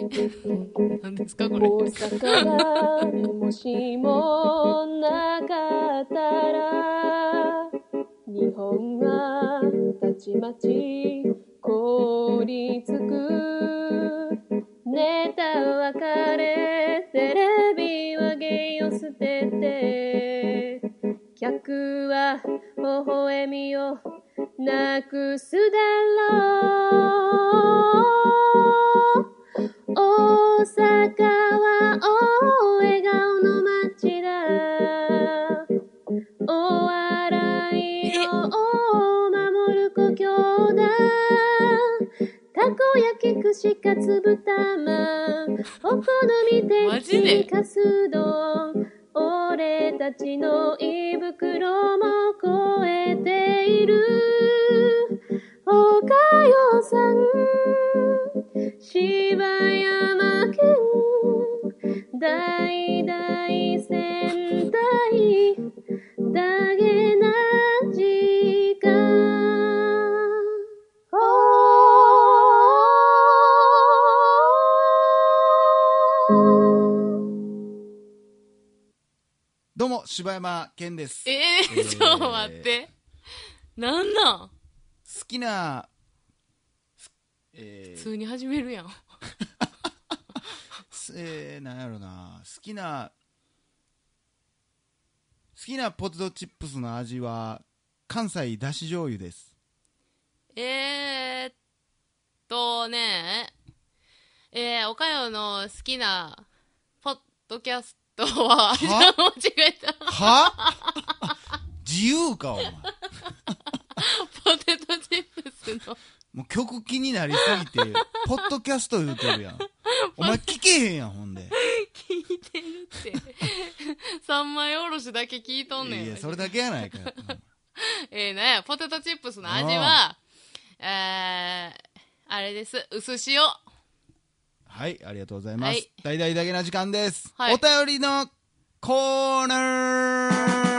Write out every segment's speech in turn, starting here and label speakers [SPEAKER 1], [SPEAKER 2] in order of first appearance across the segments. [SPEAKER 1] 何ですかこれ
[SPEAKER 2] 大阪がもしもなかったら日本はたちまち凍りつくネタ別れテレビは芸を捨てて客は微笑みをなくすだろう大阪は大笑顔の街だお笑いを守る故郷だたこ焼き串カツ豚まんお好み
[SPEAKER 1] マ
[SPEAKER 2] で
[SPEAKER 1] ジで
[SPEAKER 2] きカス丼俺たちの胃袋も超えているおかよさん芝山県大々仙台だげな時間
[SPEAKER 3] どうも、柴山健です。
[SPEAKER 1] え
[SPEAKER 3] 好
[SPEAKER 1] えー、ちょっと待ってなんなん
[SPEAKER 3] きな、え
[SPEAKER 1] 普
[SPEAKER 3] ー
[SPEAKER 1] 通に始めるやん
[SPEAKER 3] すえー、なんやろな、好きな、好きなポテトチップスの味は、関西だし醤油です。
[SPEAKER 1] えーっとね、えー、おかよの好きなポッドキャストは、間違えた。
[SPEAKER 3] は 自由か、お前。
[SPEAKER 1] ポテトチップスの。
[SPEAKER 3] もう曲気になりすぎて、 ポッドキャスト言うてるやん。お前聞けへんやん、ほんで。
[SPEAKER 1] 聞いてるって。三枚おろしだけ聞いとんねん。
[SPEAKER 3] いや、それだけやないかよ。
[SPEAKER 1] えー、ね、ポテトチップスの味は、えー、あれです。薄塩。
[SPEAKER 3] はい、ありがとうございます。
[SPEAKER 1] はい
[SPEAKER 3] 大々だけな時間です。
[SPEAKER 1] はい
[SPEAKER 3] お便りのコーナー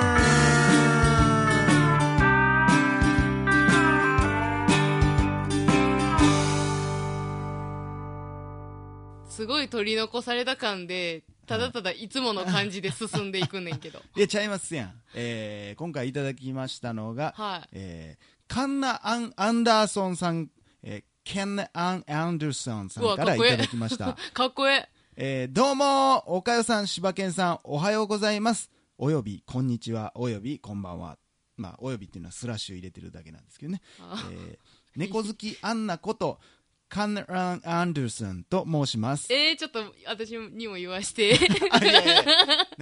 [SPEAKER 1] すごい取り残された感で、ただただいつもの感じで進んでいくねんけど。
[SPEAKER 3] いや、ちゃいますやん。えー、今回いただきましたのが、
[SPEAKER 1] はい。
[SPEAKER 3] えー、カンナ・アン・アンダーソンさん、えー、ケンナ・アン・アンダーソンさんからいただきました。
[SPEAKER 1] かっこええ。
[SPEAKER 3] えーどうもおかよさん、しばけんさん、おはようございます。および、こんにちは、および、こんばんは。まあ、およびっていうのはスラッシュ入れてるだけなんですけどね。え
[SPEAKER 1] あ
[SPEAKER 3] ー猫好きアンナこと、カンラン・アンダーソンと申します。
[SPEAKER 1] えー、ちょっと私にも言わして。
[SPEAKER 3] あいやいやいや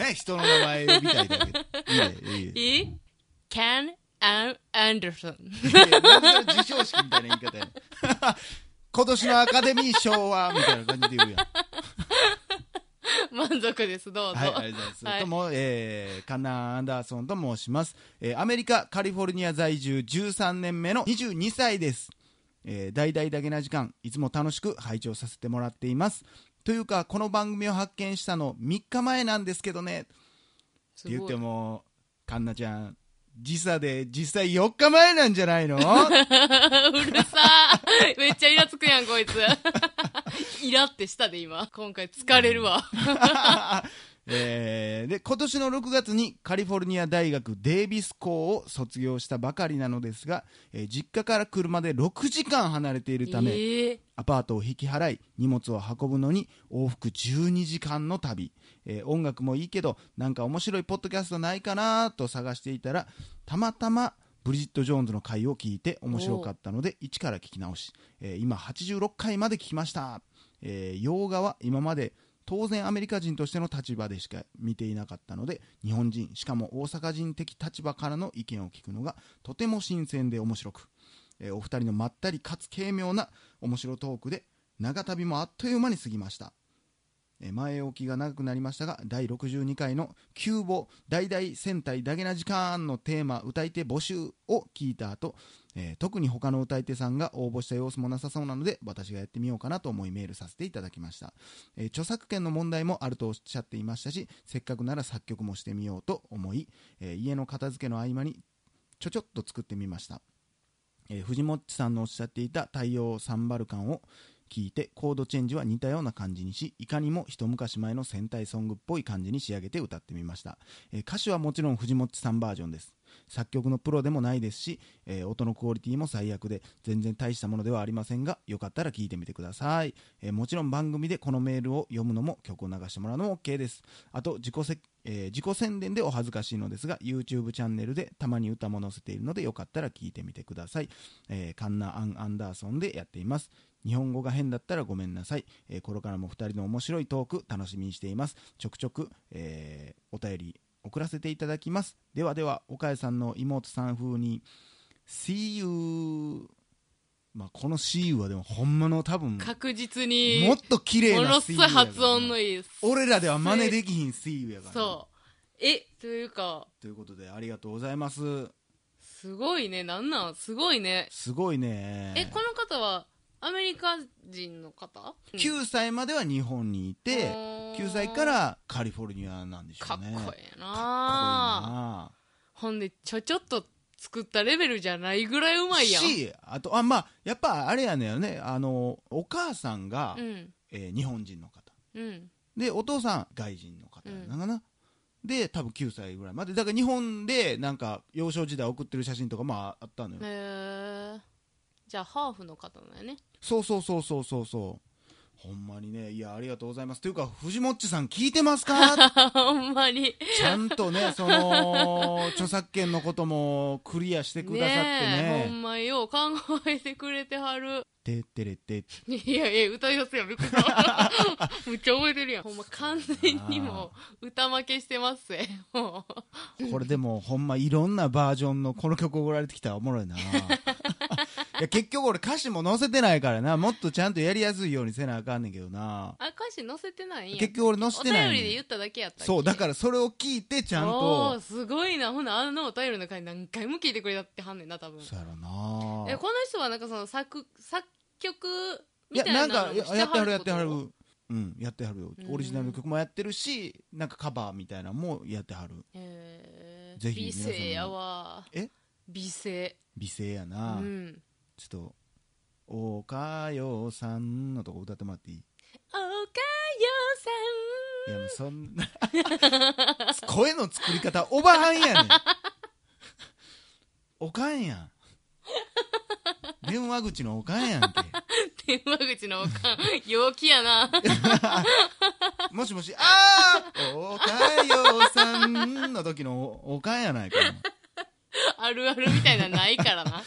[SPEAKER 3] ね、人の名前呼びたいだけ。い いえいいえ
[SPEAKER 1] え ?Can Ann Anderson。
[SPEAKER 3] いやいやなんでそれ授賞式みたいな言い方やねん今年のアカデミー賞は、みたいな感じで言うやん。
[SPEAKER 1] 満足です、どうぞ。
[SPEAKER 3] はい、ありがとうございます。
[SPEAKER 1] はい
[SPEAKER 3] どうも、えー、カンナン・アンダーソンと申します。えー、アメリカ・カリフォルニア在住13年目の22歳です。えー、大々だけな時間、いつも楽しく拝聴させてもらっています。というか、この番組を発見したの3日前なんですけどね、って
[SPEAKER 1] す
[SPEAKER 3] 言っ
[SPEAKER 1] ご
[SPEAKER 3] て
[SPEAKER 1] い。
[SPEAKER 3] も、カンナちゃん、時差で実際4日前なんじゃないの
[SPEAKER 1] うるさ ーめっちゃイラつくやん、こいつ。イラってしたで、今。今回疲れるわ。
[SPEAKER 3] えーで今年の6月にカリフォルニア大学デイビス校を卒業したばかりなのですが、えー実家から車で6時間離れてい
[SPEAKER 1] え
[SPEAKER 3] るため、
[SPEAKER 1] ー、
[SPEAKER 3] アパートを引き払い荷物を運ぶのに往復12時間の旅、えー音楽もいいけどなんか面白いポッドキャストないかなと探していたらたまたまブリジット・ジョーンズの回を聞いて面白かったので一から聞き直し、えー今86回まで聞きました、えー洋画は今まで当然アメリカ人としての立場でしか見ていなかったので日本人しかも大阪人的立場からの意見を聞くのがとても新鮮で面白くえーお二人のまったりかつ軽妙な面白トークで長旅もあっという間に過ぎました、えー前置きが長くなりましたが第62回の「キューボ大々戦隊ダゲな時間」のテーマ「歌い手募集」を聞いた後、えー特に他の歌い手さんが応募した様子もなさそうなので私がやってみようかなと思いメールさせていただきました、えー著作権の問題もあるとおっしゃっていましたしせっかくなら作曲もしてみようと思い、えー家の片付けの合間にちょちょっと作ってみましたえー藤本さんのおっしゃっていた太陽サンバルカンを、聞いてコードチェンジは似たような感じにしいかにも一昔前の戦隊ソングっぽい感じに仕上げて歌ってみました、えー歌詞はもちろん藤本さんバージョンです作曲のプロでもないですし、えー音のクオリティも最悪で全然大したものではありませんがよかったら聞いてみてください、えーもちろん番組でこのメールを読むのも曲を流してもらうのも OK ですあと自己せ、えー自己宣伝でお恥ずかしいのですが YouTube チャンネルでたまに歌も載せているのでよかったら聞いてみてください、えーカンナ・アン・アンダーソンでやっています日本語が変だったらごめんなさい、えーこれからも2人の面白いトーク楽しみにしていますちょくちょく、えーお便り送らせていただきますではでは岡谷さんの妹さん風に「See you」まあこの「See you」はでもほんまの多分
[SPEAKER 1] 確実
[SPEAKER 3] も
[SPEAKER 1] に
[SPEAKER 3] っと綺麗な
[SPEAKER 1] もの
[SPEAKER 3] See
[SPEAKER 1] す
[SPEAKER 3] you
[SPEAKER 1] ごい
[SPEAKER 3] やからな
[SPEAKER 1] 発音のいい
[SPEAKER 3] 俺らでは真似できひん「See you」やからな
[SPEAKER 1] そうえというか
[SPEAKER 3] ということでありがとうございます
[SPEAKER 1] すごいねなんなんすごいね
[SPEAKER 3] すごいね
[SPEAKER 1] えこの方はアメリカ人の方
[SPEAKER 3] 9歳までは日本にい
[SPEAKER 1] うん
[SPEAKER 3] て9歳からカリフォルニアなんでしょ
[SPEAKER 1] かっ
[SPEAKER 3] う
[SPEAKER 1] こ
[SPEAKER 3] ね
[SPEAKER 1] え
[SPEAKER 3] かっこ
[SPEAKER 1] え
[SPEAKER 3] いい
[SPEAKER 1] な
[SPEAKER 3] な
[SPEAKER 1] ほんでちょちょっと作ったレベルじゃないぐらいうまいやん
[SPEAKER 3] しあとあまあやっぱあれやねよねあのお母さんが、
[SPEAKER 1] うん
[SPEAKER 3] えー日本人の方
[SPEAKER 1] うん
[SPEAKER 3] でお父さん外人の方やなかな、で多分9歳ぐらいまでだから日本でなんか幼少時代送ってる写真とかもああったのよ、
[SPEAKER 1] へえじゃあハーフの方だよ ね
[SPEAKER 3] そうそうそうそうそうそうほんまにねいやありがとうございますというか藤もっちさん聞いてま すか
[SPEAKER 1] ほんまに
[SPEAKER 3] ちゃんとねその著作権のこともクリアしてくださって
[SPEAKER 1] ねえほ
[SPEAKER 3] ね
[SPEAKER 1] んまよう考えてくれてはる
[SPEAKER 3] てってれって
[SPEAKER 1] いやいや歌いやすいやんびっくりした めっちゃ覚えてるやんほんま完全にもう歌負けしてますぜもう
[SPEAKER 3] これでもほんまいろんなバージョンのこの曲送られてきたらおもろ いないや結局俺歌詞も載せてないからなもっとちゃんとやりやすいようにせなあかんねんけどな
[SPEAKER 1] あ歌詞載せてないんや
[SPEAKER 3] 結局俺載せてな
[SPEAKER 1] お
[SPEAKER 3] いねん
[SPEAKER 1] 便りで言っただけやったっけ
[SPEAKER 3] そうだからそれを聞いてちゃん
[SPEAKER 1] お
[SPEAKER 3] と
[SPEAKER 1] ーすごいなほなあのお便りの回何回も聞いてくれたってはんねんな多分
[SPEAKER 3] そうやろな
[SPEAKER 1] えこの人はなんかその作作曲
[SPEAKER 3] い
[SPEAKER 1] み
[SPEAKER 3] や
[SPEAKER 1] たいな
[SPEAKER 3] なん
[SPEAKER 1] の
[SPEAKER 3] か
[SPEAKER 1] も
[SPEAKER 3] や
[SPEAKER 1] して
[SPEAKER 3] やってはるや
[SPEAKER 1] こ
[SPEAKER 3] って
[SPEAKER 1] と
[SPEAKER 3] はるうんやってはるよ
[SPEAKER 1] うん
[SPEAKER 3] オリジナルの曲もやってるしなんかカバーみたいなのもやってはる
[SPEAKER 1] えー
[SPEAKER 3] ぜひ
[SPEAKER 1] 美
[SPEAKER 3] 皆さんも
[SPEAKER 1] 声やわ
[SPEAKER 3] え
[SPEAKER 1] 美声
[SPEAKER 3] 美声や
[SPEAKER 1] う
[SPEAKER 3] な、
[SPEAKER 1] ん
[SPEAKER 3] ちょっと「おかよさん」のとこ歌ってもらっていい
[SPEAKER 1] おかよさ
[SPEAKER 3] いやもうそんな 声の作り方おばはんやねんおかんやん電話口のおかんやんけ
[SPEAKER 1] ん電話口のおかん陽気や な
[SPEAKER 3] もしもしあーおかよさんの時のおおかんやないかな
[SPEAKER 1] あるあるみたいなのないからな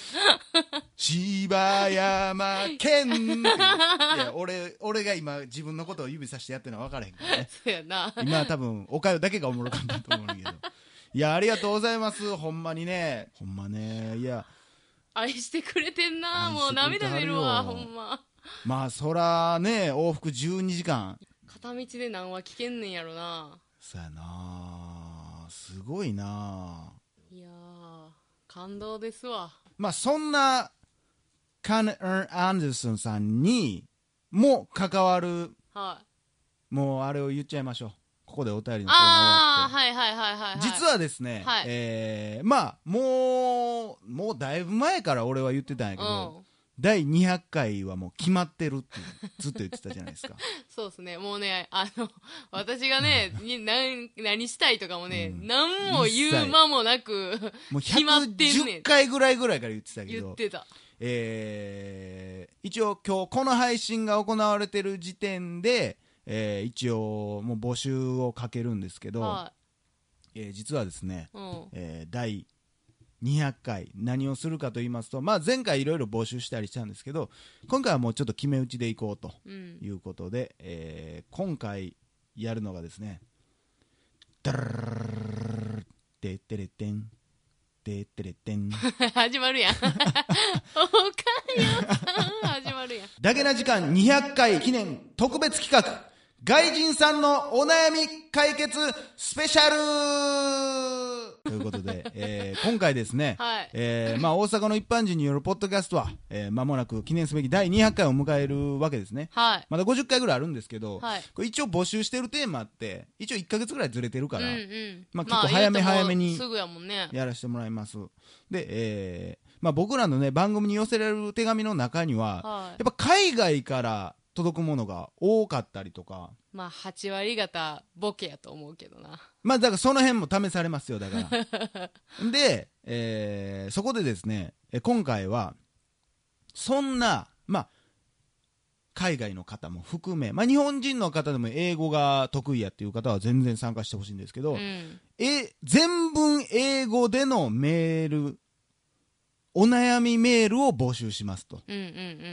[SPEAKER 3] 芝山県いや俺俺が今自分のことを指さしてやってるのは分からへんからね
[SPEAKER 1] そうやな
[SPEAKER 3] 今は多分おかよだけがおもろかったと思うんだけどいやありがとうございますほんまにねほんまねいや
[SPEAKER 1] 愛してくれてんなもう
[SPEAKER 3] 愛してくれて
[SPEAKER 1] 涙
[SPEAKER 3] は
[SPEAKER 1] 出
[SPEAKER 3] るよ
[SPEAKER 1] るわほんま
[SPEAKER 3] まあそらね往復12時間
[SPEAKER 1] 片道で何話聞けんねんやろな
[SPEAKER 3] そやなすごいない
[SPEAKER 1] やー感動ですわ
[SPEAKER 3] まあそんなカネ・アンデルソンさんにも関わる
[SPEAKER 1] はい
[SPEAKER 3] もうあれを言っちゃいましょうここでお便りのコーナー終わって
[SPEAKER 1] ああはいはいはいはい、はい、
[SPEAKER 3] 実はですね、
[SPEAKER 1] はい
[SPEAKER 3] えーまあもうもうだいぶ前から俺は言ってたんやけど、
[SPEAKER 1] うん
[SPEAKER 3] 第200回はもう決まってるってずっと言ってたじゃないです か
[SPEAKER 1] そうですねもうねあの私がねに何何したいとかもね、
[SPEAKER 3] うん
[SPEAKER 1] 何も言う間もなく
[SPEAKER 3] もう
[SPEAKER 1] 決まってんね
[SPEAKER 3] 110
[SPEAKER 1] ん
[SPEAKER 3] 回ぐらいぐらいから言ってたけ
[SPEAKER 1] 言っ
[SPEAKER 3] ど、
[SPEAKER 1] てた
[SPEAKER 3] えー一応今日この配信が行われてる時点で、えー一応もう募集をかけるんですけど、
[SPEAKER 1] は
[SPEAKER 3] えー実はですね、
[SPEAKER 1] い、うん、
[SPEAKER 3] えー第200回何をするかと言いますと、まあ、前回いろいろ募集したりしたんですけど今回はもうちょっと決め打ちでいこうと
[SPEAKER 1] うん、
[SPEAKER 3] いうことで、えー今回やるのがですね「ダラララララララテテレテンテテレテン」
[SPEAKER 1] 始まるやんおかよさん始まるやん
[SPEAKER 3] だけな時間200回記念特別企画外人さんのお悩み解決スペシャルということで、え ー今回ですね、
[SPEAKER 1] はい
[SPEAKER 3] えーまあ、大阪の一般人によるポッドキャストは、えー間もなく記念すべき第200回を迎えるわけですね。
[SPEAKER 1] はい
[SPEAKER 3] まだ50回ぐらいあるんですけど、
[SPEAKER 1] はい
[SPEAKER 3] これ一応募集してるテーマって、一応1ヶ月ぐらいずれてるから、
[SPEAKER 1] うんうん
[SPEAKER 3] まあ結構早
[SPEAKER 1] 言
[SPEAKER 3] め
[SPEAKER 1] うても
[SPEAKER 3] 早めに
[SPEAKER 1] すぐやもんね
[SPEAKER 3] やらせてもらいます。で、えーまあ、僕らの、ね、番組に寄せられる手紙の中には、
[SPEAKER 1] は
[SPEAKER 3] やっぱ海外から届くものが多かったりとか、
[SPEAKER 1] い、まあ8割方ボケやと思うけどな
[SPEAKER 3] まあ、だからその辺も試されますよ、だから。で、えーそこでですね、え今回は、そんな、まあ、海外の方も含め、まあ、日本人の方でも英語が得意やっていう方は全然参加してほしいんですけど、
[SPEAKER 1] うん
[SPEAKER 3] え、全文英語でのメール、お悩みメールを募集しますと。
[SPEAKER 1] うんうんう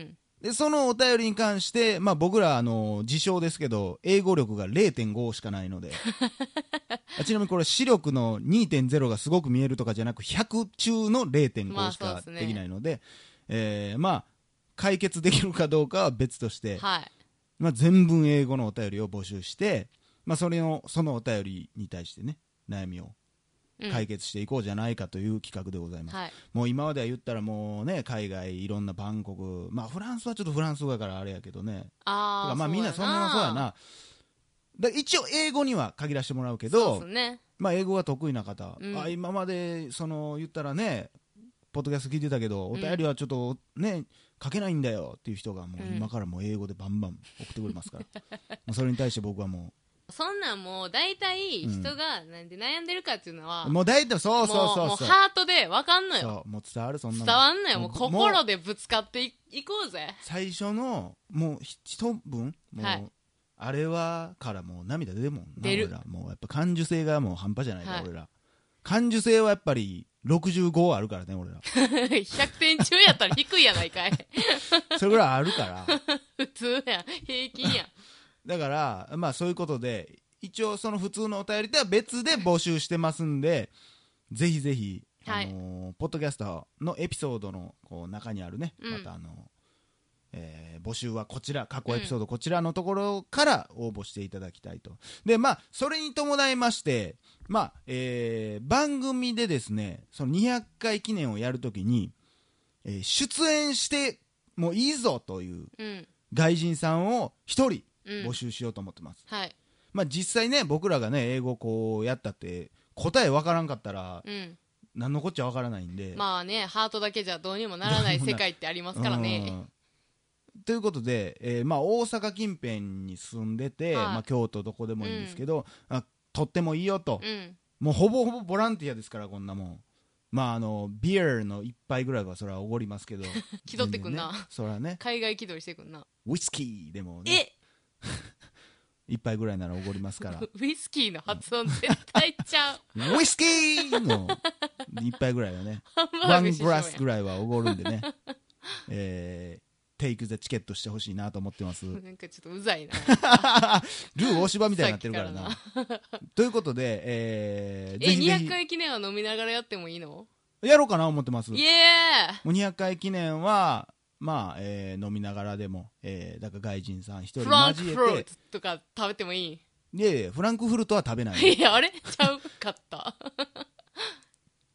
[SPEAKER 1] ん
[SPEAKER 3] で、そのお便りに関して、まあ僕ら、あの、自称ですけど、英語力が0.5しかない ので。あちなみにこれ、視力の2.0がすごく見えるとかじゃなく、100中の
[SPEAKER 1] ま
[SPEAKER 3] 0.5
[SPEAKER 1] あ
[SPEAKER 3] し
[SPEAKER 1] そう
[SPEAKER 3] か
[SPEAKER 1] ですね
[SPEAKER 3] できないので、えーまあ、解決できるかどうかは別として、
[SPEAKER 1] はい
[SPEAKER 3] まあ、全文英語のお便りを募集して、まあ、それをそのお便りに対してね悩みを
[SPEAKER 1] うん
[SPEAKER 3] 解決していこうじゃないかという企画でございます、
[SPEAKER 1] はい
[SPEAKER 3] もう今までは言ったらもうね海外いろんなバンコク、まあ、フランスはちょっとフランス語やからあれやけどねだ
[SPEAKER 1] あ
[SPEAKER 3] か
[SPEAKER 1] あ
[SPEAKER 3] らまあみんなそんなそうやなだから一応英語には限らせてもらうけど
[SPEAKER 1] そうですね
[SPEAKER 3] まあ、英語が得意な方、
[SPEAKER 1] うん
[SPEAKER 3] あ今までその言ったらねポッドキャスト聞いてたけどお便りはちょっとね、書けないんだよっていう人がもう
[SPEAKER 1] うん
[SPEAKER 3] 今からもう英語でバンバン送ってくれますから もうそれに対して僕はも
[SPEAKER 1] そんなんもう大体
[SPEAKER 3] うん
[SPEAKER 1] 人がなんで悩んでるかっていうのは、
[SPEAKER 3] うもう大体そうそ
[SPEAKER 1] も
[SPEAKER 3] うそう
[SPEAKER 1] も
[SPEAKER 3] う
[SPEAKER 1] う
[SPEAKER 3] そう
[SPEAKER 1] ハートで分かんのよ
[SPEAKER 3] そうもう伝わるそんなの
[SPEAKER 1] 伝わんのよもう
[SPEAKER 3] も
[SPEAKER 1] 心でぶつかっていいこう ぜ
[SPEAKER 3] 最初のもうひ一文もう、
[SPEAKER 1] はい
[SPEAKER 3] あれはからもう涙出るもんな
[SPEAKER 1] 出る
[SPEAKER 3] 俺らもうやっぱ感受性がもう半端じゃないから、
[SPEAKER 1] はい
[SPEAKER 3] 俺ら感受性はやっぱり65あるからね俺ら
[SPEAKER 1] 100点中やったら低いやないかい
[SPEAKER 3] それぐらいあるから
[SPEAKER 1] 普通やん平均やん
[SPEAKER 3] だから、まあそういうことで、一応その普通のお便りとは別で募集してますんで、ぜひぜひ、
[SPEAKER 1] はい
[SPEAKER 3] あのーポッドキャストのエピソードのこう中にあるね、
[SPEAKER 1] うん
[SPEAKER 3] またあのーえー募集はこちら、過去エピソードこちらのところから応募していただきたいと。で、まあ、それに伴いまして、まあ、えー番組でですね、その200回記念をやるときに、えー出演してもいいぞという
[SPEAKER 1] うん
[SPEAKER 3] 外人さんを一人
[SPEAKER 1] うん
[SPEAKER 3] 募集しようと思ってます、
[SPEAKER 1] はい
[SPEAKER 3] まあ実際ね僕らがね英語こうやったって答えわからんかったら
[SPEAKER 1] うん
[SPEAKER 3] 何のこっちゃわからないんで
[SPEAKER 1] まあねハートだけじゃどうにもならない世界ってありますからね
[SPEAKER 3] うんということで、えーまあ、大阪近辺に住んでて、
[SPEAKER 1] はい
[SPEAKER 3] まあ、京都どこでもいいんですけど、あとってもいいよと、
[SPEAKER 1] うん
[SPEAKER 3] もうほぼほぼボランティアですからこんなもんまああのビールの一杯ぐらいはそれはおごりますけど
[SPEAKER 1] 気取ってくんな
[SPEAKER 3] 全然ねそれはね
[SPEAKER 1] 海外気取りしてくんな
[SPEAKER 3] ウイスキーでもね
[SPEAKER 1] え
[SPEAKER 3] 一杯ぐらいならおごりますか ら
[SPEAKER 1] ウイスキーの発音絶対ちゃ う
[SPEAKER 3] ウイスキーの一杯ぐらいはね、
[SPEAKER 1] ハンバ
[SPEAKER 3] ワ
[SPEAKER 1] ーグ
[SPEAKER 3] ン
[SPEAKER 1] 師
[SPEAKER 3] グ
[SPEAKER 1] 匠や
[SPEAKER 3] ラスぐらいはおごるんでね、 えー、テイク・ザ・チケットしてほしいなと思ってます。 ル
[SPEAKER 1] なんかちょっとうざいな
[SPEAKER 3] ー大芝みたいになってるからな
[SPEAKER 1] さ。
[SPEAKER 3] ということで、えー、
[SPEAKER 1] え
[SPEAKER 3] ぜひぜ
[SPEAKER 1] 200回記念は飲みながらやってもいいの
[SPEAKER 3] ひ、やろうかな思ってます。も
[SPEAKER 1] イエーイ
[SPEAKER 3] う200回記念は、まあ、えー飲みながらでも、えー、だから外人さん一人
[SPEAKER 1] フランク
[SPEAKER 3] 交
[SPEAKER 1] フル
[SPEAKER 3] え
[SPEAKER 1] ー
[SPEAKER 3] て、
[SPEAKER 1] ツとか食べてもい
[SPEAKER 3] いやいや、フランクフルトは食べないい。
[SPEAKER 1] いやあれちゃうかった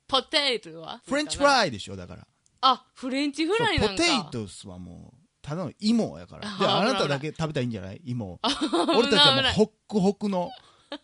[SPEAKER 1] ポテトは
[SPEAKER 3] フレンチフ
[SPEAKER 1] イ
[SPEAKER 3] ライでしょ、だから。
[SPEAKER 1] あフレンチフライ
[SPEAKER 3] そう
[SPEAKER 1] な
[SPEAKER 3] ポ
[SPEAKER 1] ん
[SPEAKER 3] テ
[SPEAKER 1] か
[SPEAKER 3] イトスはもうただの芋やから
[SPEAKER 1] あ
[SPEAKER 3] で
[SPEAKER 1] ー
[SPEAKER 3] あな
[SPEAKER 1] 危
[SPEAKER 3] た
[SPEAKER 1] な
[SPEAKER 3] だ
[SPEAKER 1] い
[SPEAKER 3] け食べたいんじゃない芋を俺たちは
[SPEAKER 1] 危
[SPEAKER 3] もう
[SPEAKER 1] ない
[SPEAKER 3] ホックホクの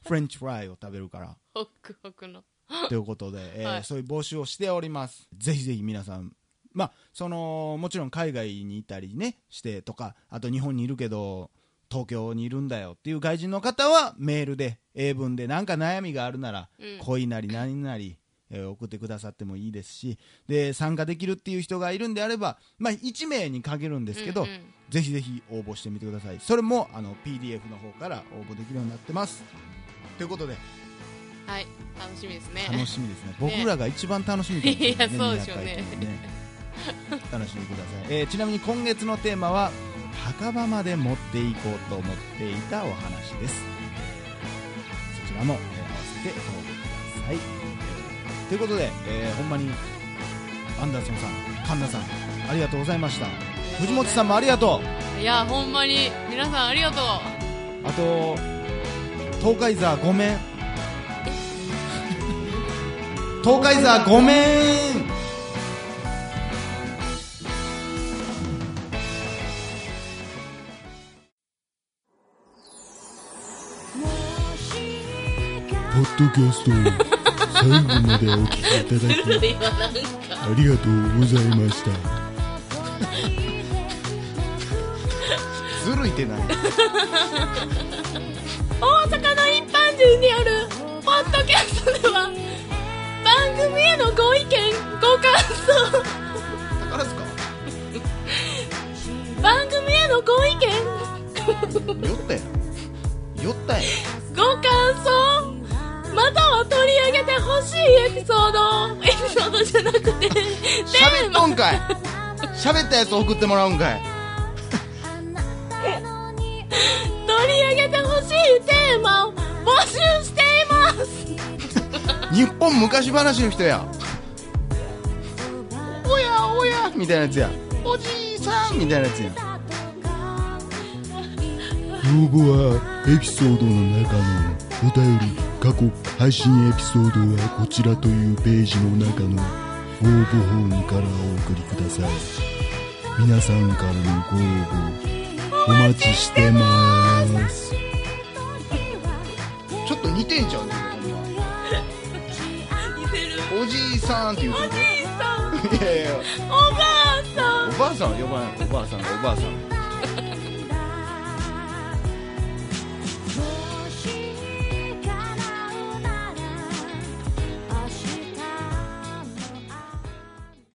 [SPEAKER 3] フレンチフライを食べるから
[SPEAKER 1] ホクホクの
[SPEAKER 3] ということで、え ー
[SPEAKER 1] はい
[SPEAKER 3] そういう募集をしておりますぜひぜひ皆さんまあそのもちろん海外にいたりねしてとかあと日本にいるけど東京にいるんだよっていう外人の方はメールで英文でなんか悩みがあるなら、
[SPEAKER 1] うん
[SPEAKER 3] 恋なり何なり、えー送ってくださってもいいですしで参加できるっていう人がいるんであれば、まあ、1名に限るんですけど、
[SPEAKER 1] うんうん
[SPEAKER 3] ぜひぜひ応募してみてくださいそれもあの PDF の方から応募できるようになってますということで
[SPEAKER 1] はい楽しみですね
[SPEAKER 3] 楽しみですね僕らが一番楽しみかもしれない ね
[SPEAKER 1] いやそうでしょうね
[SPEAKER 3] 200回記念ね楽しみください、えーちなみに今月のテーマは墓場まで持っていこうと思っていたお話ですそちらも、えー合わせてご応募ください、えーということで、えーほんまにアンダーソンさん神田さんありがとうございました藤本さんもありがとう
[SPEAKER 1] いやほんまに皆さんあり がとう
[SPEAKER 3] あと東海座ごめん東海座ごめん
[SPEAKER 4] もしか
[SPEAKER 3] ポッドキャスト
[SPEAKER 4] 最後までお聞きいただき
[SPEAKER 2] ルルイはなんか
[SPEAKER 4] ありがとうございました
[SPEAKER 3] ずるいってない
[SPEAKER 2] 大阪の一般人によるポッドキャストでは番組へのご意見ご感想
[SPEAKER 3] 宝塚
[SPEAKER 2] 番組へのご意見
[SPEAKER 3] 酔ったやん酔ったやん
[SPEAKER 2] ご感想または取り上げてほしいエピソードエピソードじゃなくてテー
[SPEAKER 3] 喋っと
[SPEAKER 2] マ
[SPEAKER 3] んかい喋ったやつ送ってもらうんかい
[SPEAKER 2] 取り上げてほしいテーマを募集しています
[SPEAKER 3] 日本昔話の人やおやおやみたいなやつやおじいさんみたいなやつや
[SPEAKER 4] 応募はエピソードの中のお便り過去配信エピソードはこちらというページの中の応募フォームからお送りください皆さんからのご応募お待ちしてます
[SPEAKER 3] ちょっと似てんちゃうね
[SPEAKER 2] 似てる
[SPEAKER 3] おじいさんって言う
[SPEAKER 2] お
[SPEAKER 3] て
[SPEAKER 2] じいさん
[SPEAKER 3] るいやいや
[SPEAKER 2] おばあさん
[SPEAKER 3] おばあさんは呼ばないおばあさんがおばあさん